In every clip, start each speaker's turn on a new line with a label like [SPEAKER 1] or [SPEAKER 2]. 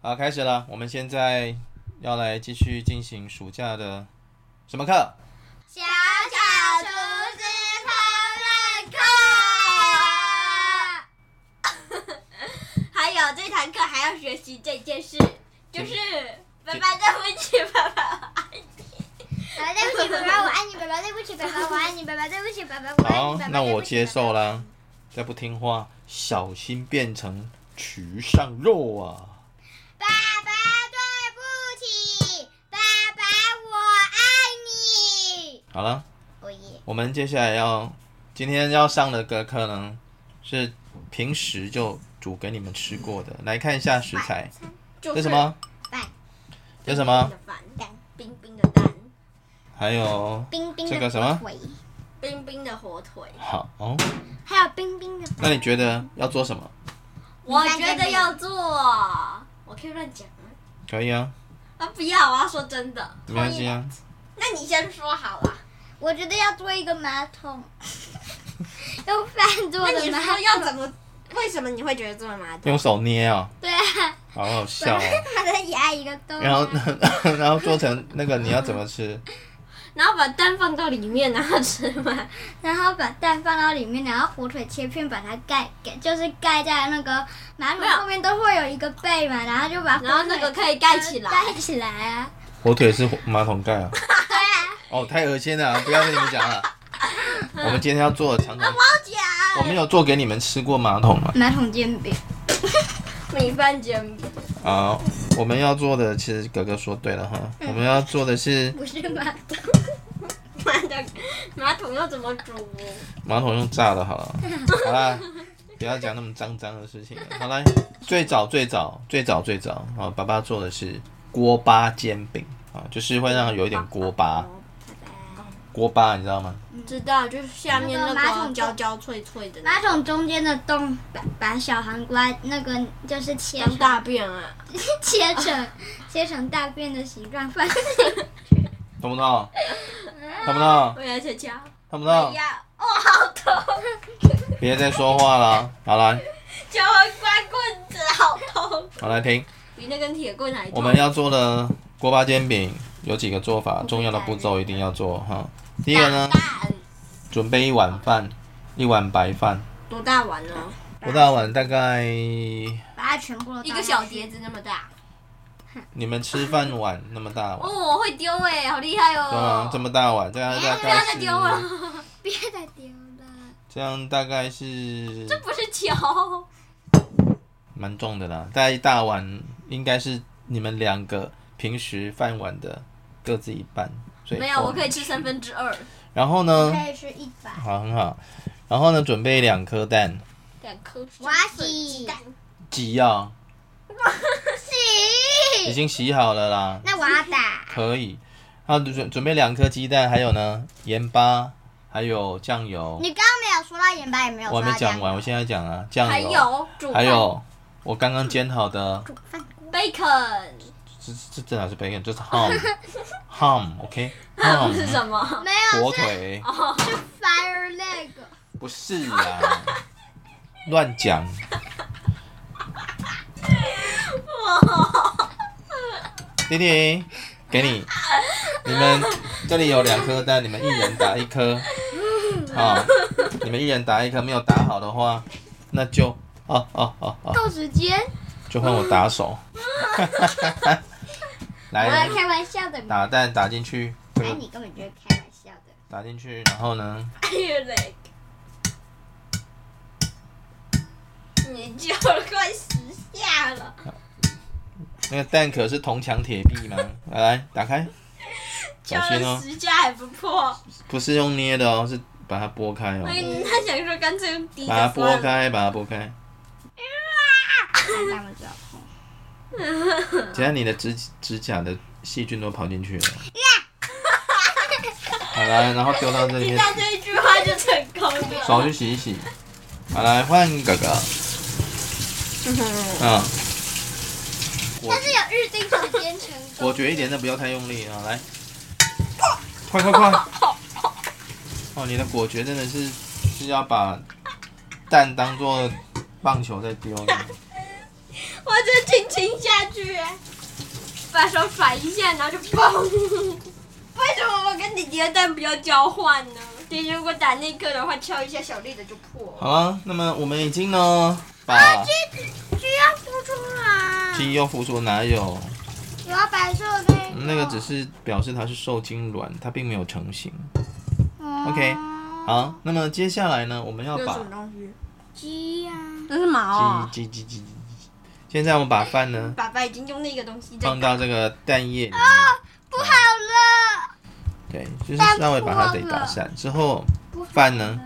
[SPEAKER 1] 好，开始了。我们现在要来继续进行暑假的什么课？
[SPEAKER 2] 小小厨师烹饪课，还有这堂课还要学习这件事，就是爸爸对不起爸爸，我爱你。
[SPEAKER 3] 爸爸对不起，爸爸我爱你，爸爸对不起，爸爸我爱你，爸爸对不起，爸爸我爱你。
[SPEAKER 1] 好
[SPEAKER 3] 爸，爸
[SPEAKER 1] 那
[SPEAKER 3] 对
[SPEAKER 1] 我
[SPEAKER 3] 不起
[SPEAKER 1] 接
[SPEAKER 3] 爸爸
[SPEAKER 1] 受啦。再不听话，小心变成渠上肉啊！
[SPEAKER 3] 爸爸对不起，爸爸我爱你。
[SPEAKER 1] 好了，
[SPEAKER 3] 哦耶！
[SPEAKER 1] 我们接下来要今天要上的个课呢，是平时就煮给你们吃过的。来看一下食材，
[SPEAKER 2] 就
[SPEAKER 1] 这
[SPEAKER 2] 是
[SPEAKER 1] 什么？
[SPEAKER 3] 饭
[SPEAKER 1] 这什么？？
[SPEAKER 2] 蛋，冰冰的蛋，
[SPEAKER 1] 还有
[SPEAKER 3] 冰冰
[SPEAKER 1] 这
[SPEAKER 3] 的
[SPEAKER 1] 个什么
[SPEAKER 3] 火腿，
[SPEAKER 2] 冰冰的火腿。
[SPEAKER 1] 好哦。
[SPEAKER 3] 还有冰冰的
[SPEAKER 1] 那你觉得要做什么？
[SPEAKER 2] 我觉得要做，我可以乱讲吗？
[SPEAKER 1] 可以啊，
[SPEAKER 2] 啊，不要，我要说真的。
[SPEAKER 1] 没关系啊。
[SPEAKER 2] 那你先说好了。
[SPEAKER 3] 我觉得要做一个马 桶，用饭做
[SPEAKER 2] 那
[SPEAKER 3] 的
[SPEAKER 2] 你
[SPEAKER 3] 马
[SPEAKER 2] 说
[SPEAKER 3] 桶。
[SPEAKER 2] 要怎么？为什么你会觉得这么麻烦？
[SPEAKER 1] 用手捏啊，
[SPEAKER 3] 对啊，
[SPEAKER 1] 好好笑啊。
[SPEAKER 3] 把它压一个洞、啊
[SPEAKER 1] 然后
[SPEAKER 3] 呢？
[SPEAKER 1] 然后做成那个你要怎么吃？
[SPEAKER 2] 然后把蛋放到里面，然后吃嘛。
[SPEAKER 3] 然后把蛋放到里面，然后火腿切片，把它盖盖，就是盖在那个马桶
[SPEAKER 2] 没有
[SPEAKER 3] 后面都会有一个背嘛，然后就把火腿
[SPEAKER 2] 然后那个可以盖起来
[SPEAKER 3] 盖起来啊。
[SPEAKER 1] 火腿是马桶盖啊。哦，太恶心了，不要跟你们讲了。我们今天要做的常常，我们有做给你们吃过马桶吗？
[SPEAKER 3] 马桶煎饼，
[SPEAKER 2] 米饭煎饼。
[SPEAKER 1] 啊，我们要做的，其实哥哥说对了哈，我们要做的是
[SPEAKER 3] 不是马桶，
[SPEAKER 2] 马桶，马桶要怎么煮？
[SPEAKER 1] 马桶用炸的，好了，好啦，不要讲那么脏脏的事情了。好来，最早最早最早最早啊，爸爸做的是锅巴煎饼啊，就是会让有一点锅
[SPEAKER 2] 哦
[SPEAKER 1] 巴，锅巴你知道吗？
[SPEAKER 2] 知道，就是下面
[SPEAKER 3] 那个马
[SPEAKER 2] 那个
[SPEAKER 3] 桶
[SPEAKER 2] 焦焦脆脆的，
[SPEAKER 3] 马桶中间的洞把把小黄瓜那个就是切
[SPEAKER 2] 当
[SPEAKER 3] 成
[SPEAKER 2] 大便啊。
[SPEAKER 3] 切成切成大便的形状放进去，
[SPEAKER 1] 懂不懂？懂不懂？
[SPEAKER 2] 我要悄悄。
[SPEAKER 1] 懂不懂？
[SPEAKER 2] 呀，哦，好痛！
[SPEAKER 1] 别再说话了，好来，
[SPEAKER 2] 小黄瓜棍子好痛，
[SPEAKER 1] 好来听。
[SPEAKER 2] 比那根铁棍还痛。
[SPEAKER 1] 我们要做的锅巴煎饼有几个做法，重要的步骤一定要做哈。第一个呢，
[SPEAKER 2] 蛋
[SPEAKER 1] 准备一碗饭，一碗白饭，
[SPEAKER 2] 多大碗呢？
[SPEAKER 1] 不大碗大概
[SPEAKER 3] 把它全部都倒
[SPEAKER 2] 一个小碟子那么大。
[SPEAKER 1] 你们吃饭碗那么大碗，
[SPEAKER 2] 哦，我会丢哎，好厉害
[SPEAKER 1] 对吗
[SPEAKER 2] 哦！？
[SPEAKER 1] 这么大碗，这样大
[SPEAKER 2] 不要
[SPEAKER 1] 概
[SPEAKER 2] 再丢了，
[SPEAKER 1] 是
[SPEAKER 3] 别再丢了。
[SPEAKER 1] 这样大概是
[SPEAKER 2] 这 不是球。
[SPEAKER 1] 蛮重的啦，大概一大碗应该是你们两个平时饭碗的各自一半，所以
[SPEAKER 2] 没有，我
[SPEAKER 1] 够
[SPEAKER 2] 可以吃三分之二，
[SPEAKER 1] 然后呢？
[SPEAKER 3] 可以是一百。
[SPEAKER 1] 好，很好。然后呢，准备两颗蛋，
[SPEAKER 2] 两颗
[SPEAKER 3] 哇
[SPEAKER 2] 水
[SPEAKER 3] 鸡
[SPEAKER 2] 鸡蛋。
[SPEAKER 1] 挤啊，
[SPEAKER 2] 哎
[SPEAKER 1] 已
[SPEAKER 3] 是。
[SPEAKER 1] 经洗好了啦，
[SPEAKER 3] 那我要打。
[SPEAKER 1] 可以。然后准准备两颗鸡蛋，还有呢，盐巴，还有酱油。
[SPEAKER 3] 你刚刚没有说到盐巴，也没有说
[SPEAKER 1] 我还没
[SPEAKER 3] 到
[SPEAKER 1] 讲
[SPEAKER 3] 酱
[SPEAKER 1] 完，
[SPEAKER 3] 油。
[SPEAKER 1] 我现在讲啊，酱
[SPEAKER 2] 还
[SPEAKER 1] 油，
[SPEAKER 2] 有煮
[SPEAKER 1] 还有我刚刚煎好的，
[SPEAKER 2] bacon
[SPEAKER 1] 这这这哪是 bacon，这是 ham，ham，OK，ham、
[SPEAKER 2] 啊是什么？
[SPEAKER 3] 没有
[SPEAKER 1] 火腿，
[SPEAKER 3] fire leg，
[SPEAKER 1] 不是啦，乱讲。弟弟，给你，你们这里有两颗蛋，你们一人打一颗，好、你们一人打一颗，没有打好的话，那就哦哦哦哦，
[SPEAKER 3] 够时间。
[SPEAKER 1] 就换我打手。
[SPEAKER 3] 我在
[SPEAKER 1] 来，
[SPEAKER 3] 开玩笑的嘛。
[SPEAKER 1] 打蛋打进去，这
[SPEAKER 3] 哎，
[SPEAKER 1] 个
[SPEAKER 3] 你根本就是开玩笑的。
[SPEAKER 1] 打进去，然后呢，
[SPEAKER 2] 哎 leg，你就快十下了，
[SPEAKER 1] 那个蛋壳是铜墙铁壁吗？来，打开，
[SPEAKER 2] 就
[SPEAKER 1] 小心哦
[SPEAKER 2] 了，十下还不破。
[SPEAKER 1] 不是用捏的哦，是把它剥开哦
[SPEAKER 2] 所，以他想说干脆用滴
[SPEAKER 1] 把
[SPEAKER 2] 的
[SPEAKER 1] 它剥
[SPEAKER 2] 算了。
[SPEAKER 1] 开，把它剥开。
[SPEAKER 3] 那 么走。
[SPEAKER 1] 只要你的指指甲的细菌都跑进去了。好来，然后丢到这里
[SPEAKER 2] 听
[SPEAKER 1] 面，
[SPEAKER 2] 到这一句话就成功了。
[SPEAKER 1] 手去洗一洗。好来，换哥哥，嗯，果
[SPEAKER 3] 但是有日定时间成功。
[SPEAKER 1] 果决一点的，不要太用力啊！来，快快快！ 哦，你的果决真的是是要把蛋当做棒球在丢的。
[SPEAKER 2] 我这轻轻停下去，把手甩一下，然后就砰。为什么我跟弟弟的蛋不要交换呢？弟弟如果打那个的话，敲一下小丽的就破了。
[SPEAKER 1] 好了，那么我们已经呢把
[SPEAKER 3] 需要孵出来。
[SPEAKER 1] 鸡又孵出哪有？
[SPEAKER 3] 有白色的
[SPEAKER 1] 那个只是表示它是受精卵，它并没有成型。
[SPEAKER 3] 嗯
[SPEAKER 1] OK，好，那么接下来呢，我们要把
[SPEAKER 2] 东西？
[SPEAKER 3] 鸡呀、
[SPEAKER 2] 这是毛啊！
[SPEAKER 1] 鸡鸡鸡鸡鸡鸡，现在我们把饭呢
[SPEAKER 2] 爸爸已经用那个东西在
[SPEAKER 1] 放到这个蛋液里面，
[SPEAKER 3] 不好了，
[SPEAKER 1] 对，就是稍微把它得打散之后，
[SPEAKER 3] 不好了
[SPEAKER 1] 饭呢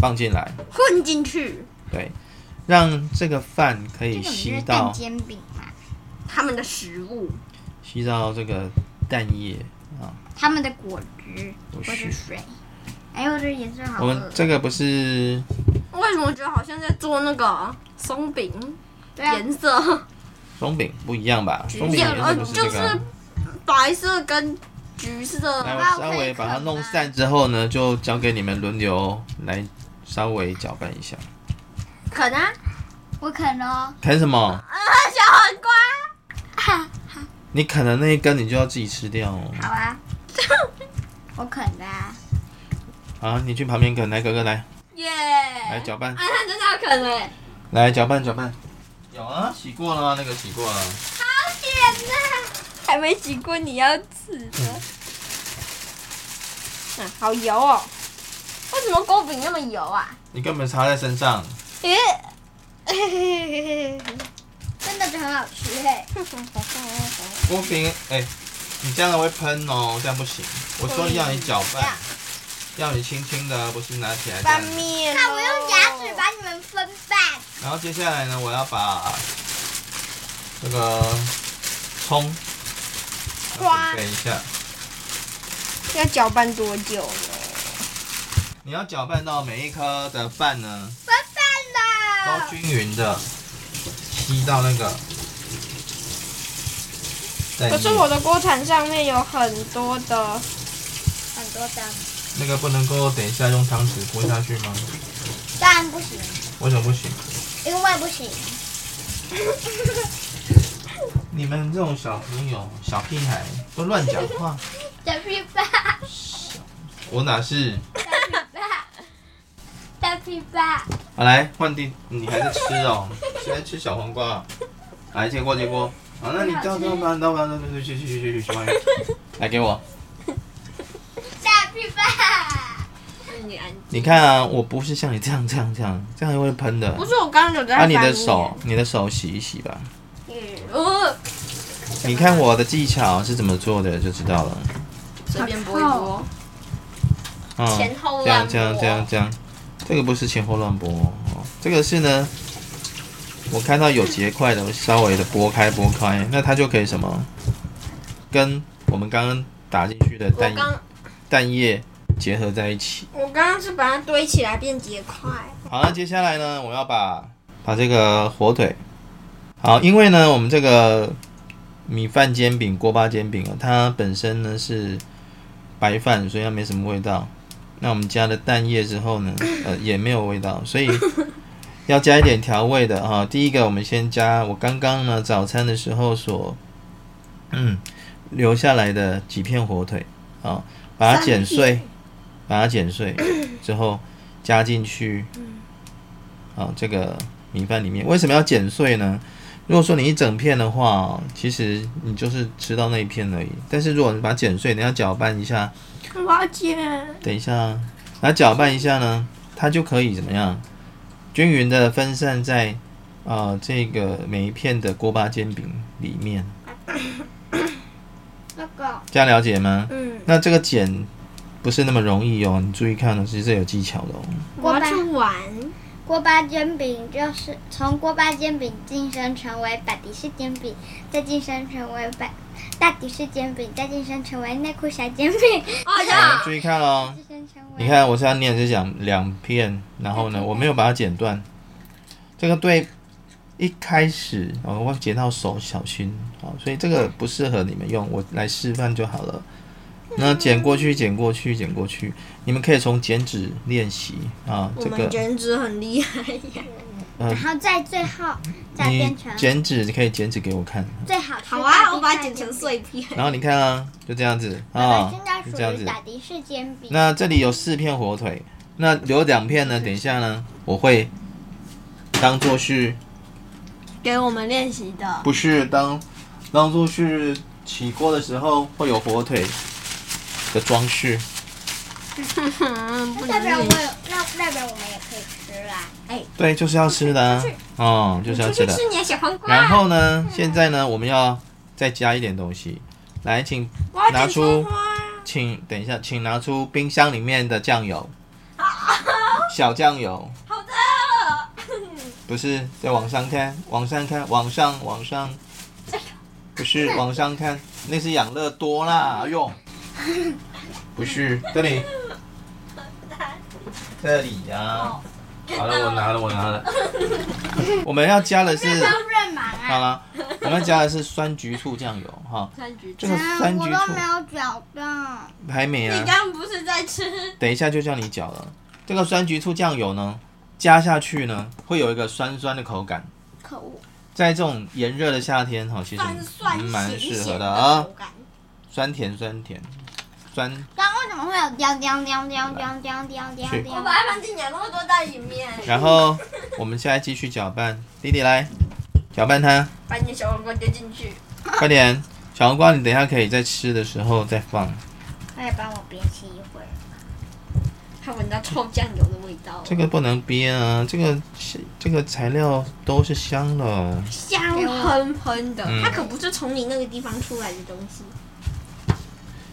[SPEAKER 1] 放进来，
[SPEAKER 2] 混进去，
[SPEAKER 1] 对，让这个饭可以吸到
[SPEAKER 3] 煎饼嘛，
[SPEAKER 2] 他们的食物。
[SPEAKER 1] 吸到这个蛋液啊，
[SPEAKER 3] 他们的果汁
[SPEAKER 1] 不
[SPEAKER 3] 或
[SPEAKER 1] 是
[SPEAKER 3] 者水。哎呦，这颜色好
[SPEAKER 1] 我
[SPEAKER 3] 饿。
[SPEAKER 1] 们这个不是
[SPEAKER 2] 为什么我觉得好像在做那个松饼
[SPEAKER 3] 对啊，
[SPEAKER 2] 颜色？
[SPEAKER 1] 松饼不一样吧？松饼
[SPEAKER 2] 有
[SPEAKER 1] 颜色
[SPEAKER 2] 呃，
[SPEAKER 1] 不是
[SPEAKER 2] 就
[SPEAKER 1] 这
[SPEAKER 2] 是
[SPEAKER 1] 个啊。
[SPEAKER 2] 白色跟橘色。
[SPEAKER 1] 来，我
[SPEAKER 3] 哇
[SPEAKER 1] 稍
[SPEAKER 3] 我可以
[SPEAKER 1] 微把它
[SPEAKER 3] 啃
[SPEAKER 1] 弄
[SPEAKER 3] 吗
[SPEAKER 1] 散之后呢，就交给你们轮流来稍微搅拌一下。
[SPEAKER 2] 可能啊
[SPEAKER 3] 我啃哦了。
[SPEAKER 1] 啃什么？
[SPEAKER 2] 小黄瓜，
[SPEAKER 3] 哈，
[SPEAKER 1] 你啃的那一根你就要自己吃掉哦。
[SPEAKER 3] 好啊，我啃的、啊。
[SPEAKER 1] 好，你去旁边啃，来哥哥来，
[SPEAKER 2] 耶！
[SPEAKER 1] 来搅拌
[SPEAKER 3] 哎
[SPEAKER 2] 啊，，他真的要啃了 耶，
[SPEAKER 1] 来搅拌搅拌。有啊，洗过了啊，那个洗过了啊。
[SPEAKER 2] 天哪！还没洗过，你要吃的。嗯，好油哦！为什么锅饼那么油啊？
[SPEAKER 1] 你根本擦在身上。
[SPEAKER 2] 咦、
[SPEAKER 3] 真的很好吃哎、
[SPEAKER 1] 锅饼，哎、你这样会喷哦，这样不行。我说要你搅拌，要你轻轻的，不是拿起来这样
[SPEAKER 2] 拌。面、
[SPEAKER 3] 那我用牙齿。把你们分半，
[SPEAKER 1] 然后接下来呢，我要把这个葱
[SPEAKER 2] 哇
[SPEAKER 1] 要准备一下，
[SPEAKER 2] 要搅拌多久呢？
[SPEAKER 1] 你要搅拌到每一颗的饭呢
[SPEAKER 3] 分
[SPEAKER 2] 啊
[SPEAKER 3] 半
[SPEAKER 1] 都
[SPEAKER 3] 了。
[SPEAKER 1] 均匀的吸到那个蛋液。
[SPEAKER 2] 可是 我的锅铲上面有很多的，
[SPEAKER 3] 很多蛋，
[SPEAKER 1] 那个不能够等一下用汤匙拨下去吗？
[SPEAKER 3] 蛋不行，
[SPEAKER 1] 为什么不行？
[SPEAKER 3] 因为不行。
[SPEAKER 1] 你们这种小朋友、小屁孩都乱讲话，
[SPEAKER 3] 小屁爸，
[SPEAKER 1] 我哪是？
[SPEAKER 3] 小屁爸，小屁爸，
[SPEAKER 1] 好来换第，你还在吃哦？现在吃小黄瓜、啊。来接锅接锅。好，那你到到吧，到吧，到吧，去去去去去去，来给我。
[SPEAKER 3] 小屁爸。
[SPEAKER 2] 你按。
[SPEAKER 1] 你看啊，我不是像你这样这样这样，这样会喷的
[SPEAKER 2] 不。是我刚刚有在
[SPEAKER 1] 把、
[SPEAKER 2] 翻
[SPEAKER 1] 你
[SPEAKER 2] 面。
[SPEAKER 1] 的手，你的手洗一洗吧。
[SPEAKER 2] 呃，
[SPEAKER 1] 你看我的技巧是怎么做的就知道了。
[SPEAKER 2] 随便拨一拨。
[SPEAKER 1] 嗯，
[SPEAKER 2] 前后
[SPEAKER 1] 这样
[SPEAKER 2] 乱
[SPEAKER 1] 这样
[SPEAKER 2] 拨
[SPEAKER 1] 这样这样，这个不是前后乱拨、哦，这个是呢，我看到有结块的，我稍微的拨开拨开，那它就可以什么，跟我们刚刚打进去的
[SPEAKER 2] 我
[SPEAKER 1] 蛋
[SPEAKER 2] 刚
[SPEAKER 1] 蛋液结合在一起。
[SPEAKER 2] 我刚刚是把它堆起来变结块。
[SPEAKER 1] 好，那接下来呢，我要把把这个火腿，好，因为呢，我们这个米饭煎饼、锅巴煎饼啊，它本身呢是白饭，所以它没什么味道。那我们加了蛋液之后呢，呃，也没有味道，所以要加一点调味的啊。第一个，我们先加我刚刚呢早餐的时候所嗯留下来的几片火腿啊，把它剪碎，把它剪碎之后加进去啊这个米饭里面。为什么要剪碎呢？如果说你一整片的话哦，其实你就是吃到那一片而已。但是如果你把它剪碎，你要搅拌一下，
[SPEAKER 2] 我要剪。
[SPEAKER 1] 等一下，然后搅拌一下呢，它就可以怎么样，均匀的分散在啊、呃这个每一片的锅巴煎饼里面，
[SPEAKER 3] 那个
[SPEAKER 1] 这样了解吗？
[SPEAKER 2] 嗯，
[SPEAKER 1] 那这个剪不是那么容易哦，你注意看哦，其实有技巧的哦。
[SPEAKER 2] 我要去玩。
[SPEAKER 3] 锅巴煎饼就是从锅巴煎饼晋升成为百迪士煎饼，再晋升成为百大迪士煎饼，再晋升成为内裤侠煎饼，
[SPEAKER 2] 好
[SPEAKER 1] 好，
[SPEAKER 2] 像
[SPEAKER 1] 注意看哦。
[SPEAKER 3] 晋升成为
[SPEAKER 1] 你看，我是要念这两两片，然后呢，我没有把它剪断。这个对，一开始哦，我剪到手，小心好，所以这个不适合你们用，我来示范就好了。那剪过去，剪过去，剪过去，你们可以从剪纸练习啊。
[SPEAKER 2] 我
[SPEAKER 1] 这
[SPEAKER 2] 们
[SPEAKER 1] 个
[SPEAKER 2] 剪纸很厉害呀。
[SPEAKER 1] 呃
[SPEAKER 3] 然，后在最后再
[SPEAKER 1] 你
[SPEAKER 3] 变成
[SPEAKER 1] 剪纸，你可以剪纸给我看。
[SPEAKER 3] 最好吃
[SPEAKER 2] 好
[SPEAKER 3] 大
[SPEAKER 2] 啊，
[SPEAKER 3] 地
[SPEAKER 2] 我把
[SPEAKER 3] 大
[SPEAKER 2] 它剪成
[SPEAKER 3] 煎饼。
[SPEAKER 2] 碎片。
[SPEAKER 1] 然后你看啊，就这样子
[SPEAKER 3] 爸
[SPEAKER 1] 啊
[SPEAKER 3] 爸现在，
[SPEAKER 1] 就这样
[SPEAKER 3] 属于
[SPEAKER 1] 子。
[SPEAKER 3] 打的是煎饼。
[SPEAKER 1] 那这里有四片火腿，那留两片呢？等一下呢，我会当做是
[SPEAKER 2] 给我们练习 的，
[SPEAKER 1] 不是当当做是起锅的时候会有火腿的装饰。
[SPEAKER 2] 不
[SPEAKER 3] 那代表我
[SPEAKER 2] 能
[SPEAKER 3] 有，那代表我们也可以吃啊啦。
[SPEAKER 1] 对，就是要吃的、啊，哦，就是要
[SPEAKER 2] 出
[SPEAKER 1] 吃
[SPEAKER 2] 去
[SPEAKER 1] 的。
[SPEAKER 2] 吃你的小黄瓜。
[SPEAKER 1] 然后呢，现在呢，我们要再加一点东西。来，请
[SPEAKER 2] 我要
[SPEAKER 1] 拿
[SPEAKER 2] 剪
[SPEAKER 1] 出
[SPEAKER 2] 葱花。
[SPEAKER 1] 请等一下，请拿出冰箱里面的酱 油，小酱油，
[SPEAKER 2] 好的，
[SPEAKER 1] 不是再往上看，往上看，往上往 上，不是往上看，那是养乐多啦，哟，不是这里，这里呀、
[SPEAKER 2] 哦
[SPEAKER 1] 好了，我拿了，我 拿了。我们要加的是，
[SPEAKER 3] 润麻啊
[SPEAKER 1] 好了，我们要加的是酸橘醋酱油哈，
[SPEAKER 2] 三橘子。
[SPEAKER 1] 这个酸
[SPEAKER 3] 嗯我
[SPEAKER 1] 橘
[SPEAKER 3] 都没
[SPEAKER 1] 醋
[SPEAKER 3] 有搅到。
[SPEAKER 1] 还没
[SPEAKER 2] 你
[SPEAKER 1] 啊。
[SPEAKER 2] 刚不是在吃？
[SPEAKER 1] 等一下就叫你搅了。这个酸橘醋酱油呢，加下去呢，会有一个酸酸的口感。
[SPEAKER 3] 可恶！
[SPEAKER 1] 在这种炎热的夏天哈，其实
[SPEAKER 2] 算是蒜
[SPEAKER 1] 嗯蛮
[SPEAKER 2] 咸
[SPEAKER 1] 适
[SPEAKER 2] 咸
[SPEAKER 1] 合
[SPEAKER 2] 的
[SPEAKER 1] 啊
[SPEAKER 2] 口，感
[SPEAKER 1] 酸甜酸甜，酸
[SPEAKER 3] 刚刚为什么会有雕雕雕雕雕雕雕雕
[SPEAKER 1] 是
[SPEAKER 2] 我
[SPEAKER 3] 雕
[SPEAKER 2] 把？它放进养乐多袋里面，
[SPEAKER 1] 然后我们现在继续搅拌，弟弟来搅拌它，
[SPEAKER 2] 把你的小黄瓜丢进去。
[SPEAKER 1] 快点！小黄瓜，你等一下可以在吃的时候再放。
[SPEAKER 3] 快帮我憋气一会儿。
[SPEAKER 2] 还闻到臭酱油的味道。
[SPEAKER 1] 这个不能憋啊，这个是这个材料都是香的。哦
[SPEAKER 2] 香喷喷的，
[SPEAKER 1] 嗯
[SPEAKER 2] 它可不是从你那个地方出来的东西。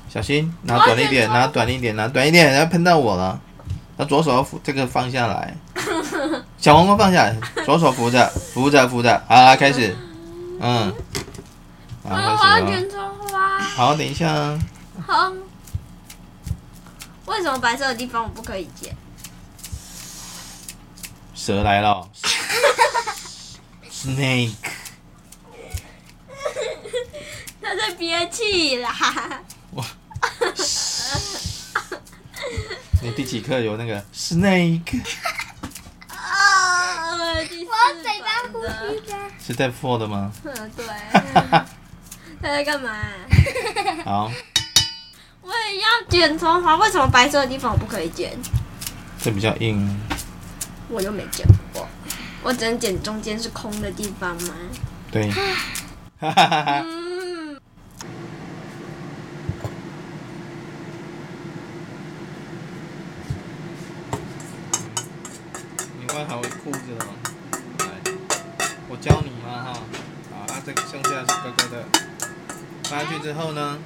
[SPEAKER 1] 小心，拿短一点，拿短一点，拿短一点，然后喷到我了。那左手扶这个放下来，小黄瓜放下来，左手扶着，扶着，扶着，好啦，开始，嗯，好，
[SPEAKER 2] 我
[SPEAKER 1] 开始
[SPEAKER 2] 要
[SPEAKER 1] 了。
[SPEAKER 2] 啊卷葱花。
[SPEAKER 1] 好，等一下啊，
[SPEAKER 2] 好。为什么白色的地方我不可以剪？
[SPEAKER 1] 蛇来了，snake，
[SPEAKER 2] 它在憋气 啦。
[SPEAKER 1] 你第几课有那个 snake
[SPEAKER 2] 啊，第四
[SPEAKER 3] 我嘴巴
[SPEAKER 2] 版
[SPEAKER 3] 呼
[SPEAKER 2] 的
[SPEAKER 3] 吸着。
[SPEAKER 1] 是在 four 的吗？
[SPEAKER 2] 嗯，对。 他在干嘛？
[SPEAKER 1] 好，
[SPEAKER 2] 我也要剪葱花，为什么白色的地方我不可以剪？
[SPEAKER 1] 这比较硬，
[SPEAKER 2] 我又没剪过，我只能剪中间是空的地方吗？
[SPEAKER 1] 对，哈哈哈哈。
[SPEAKER 2] 嗯，
[SPEAKER 1] 你外还会裤子吗？来，我教你嘛哈。好，啊，这个剩下是哥哥的。发下去之后呢，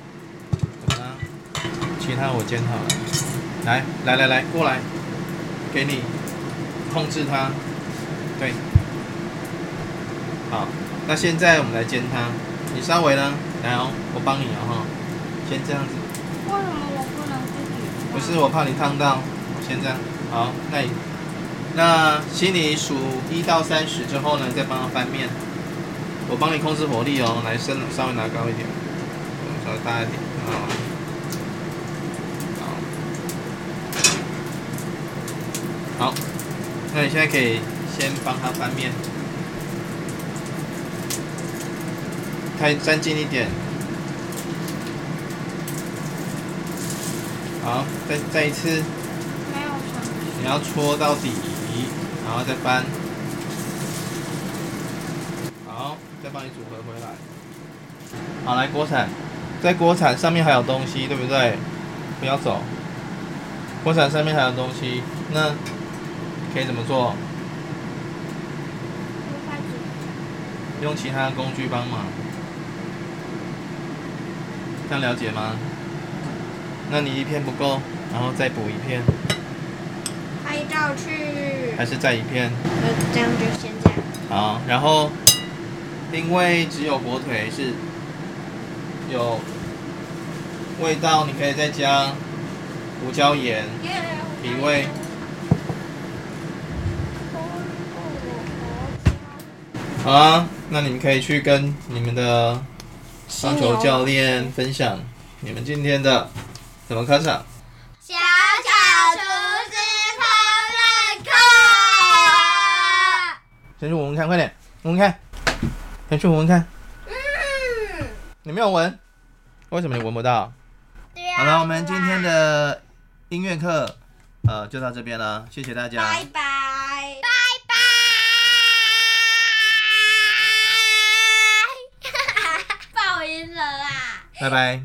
[SPEAKER 1] 怎么了？其他我煎好了。来，来来来，过来，给你控制它。对，好，那现在我们来煎它。你稍微呢，来哦，我帮你哦哈。先这样子，
[SPEAKER 3] 为什么我不能自己？
[SPEAKER 1] 不是我怕你烫到，我先这样。好，那你那心里数一到三十之后呢，再帮他翻面。我帮你控制火力哦，来升稍微拿高一点，稍微大一点啊。好，好，那你现在可以先帮他翻面，太站近一点。好，再再一次。
[SPEAKER 3] 没有什么。
[SPEAKER 1] 你要戳到底，然后再翻。好，再帮你组合回来。好，来锅铲，在锅铲上面还有东西，对不对？不要走。锅铲上面还有东西，那可以怎么做？用其他的工具帮忙，这样了解吗？那你一片不够，然后再补一片，
[SPEAKER 2] 拍照去。
[SPEAKER 1] 还是再一片？
[SPEAKER 2] 呃，这样就先这样。
[SPEAKER 1] 好，然后因为只有火腿是有味道，你可以再加胡椒盐。
[SPEAKER 2] 耶
[SPEAKER 1] 品味。好啊，那你们可以去跟你们的棒球教练分享你们今天的怎么开场。
[SPEAKER 3] 小小厨师烹饪课。
[SPEAKER 1] 先去闻闻看，快点，闻闻看，先去闻闻看，
[SPEAKER 3] 嗯，
[SPEAKER 1] 你没有闻，为什么你闻不到？
[SPEAKER 4] 对呀、
[SPEAKER 1] 好了，我们今天的音乐课，呃，就到这边了，谢谢大家。
[SPEAKER 3] 拜拜。
[SPEAKER 4] 拜拜。
[SPEAKER 3] 爆音了啦！啊
[SPEAKER 1] 拜拜。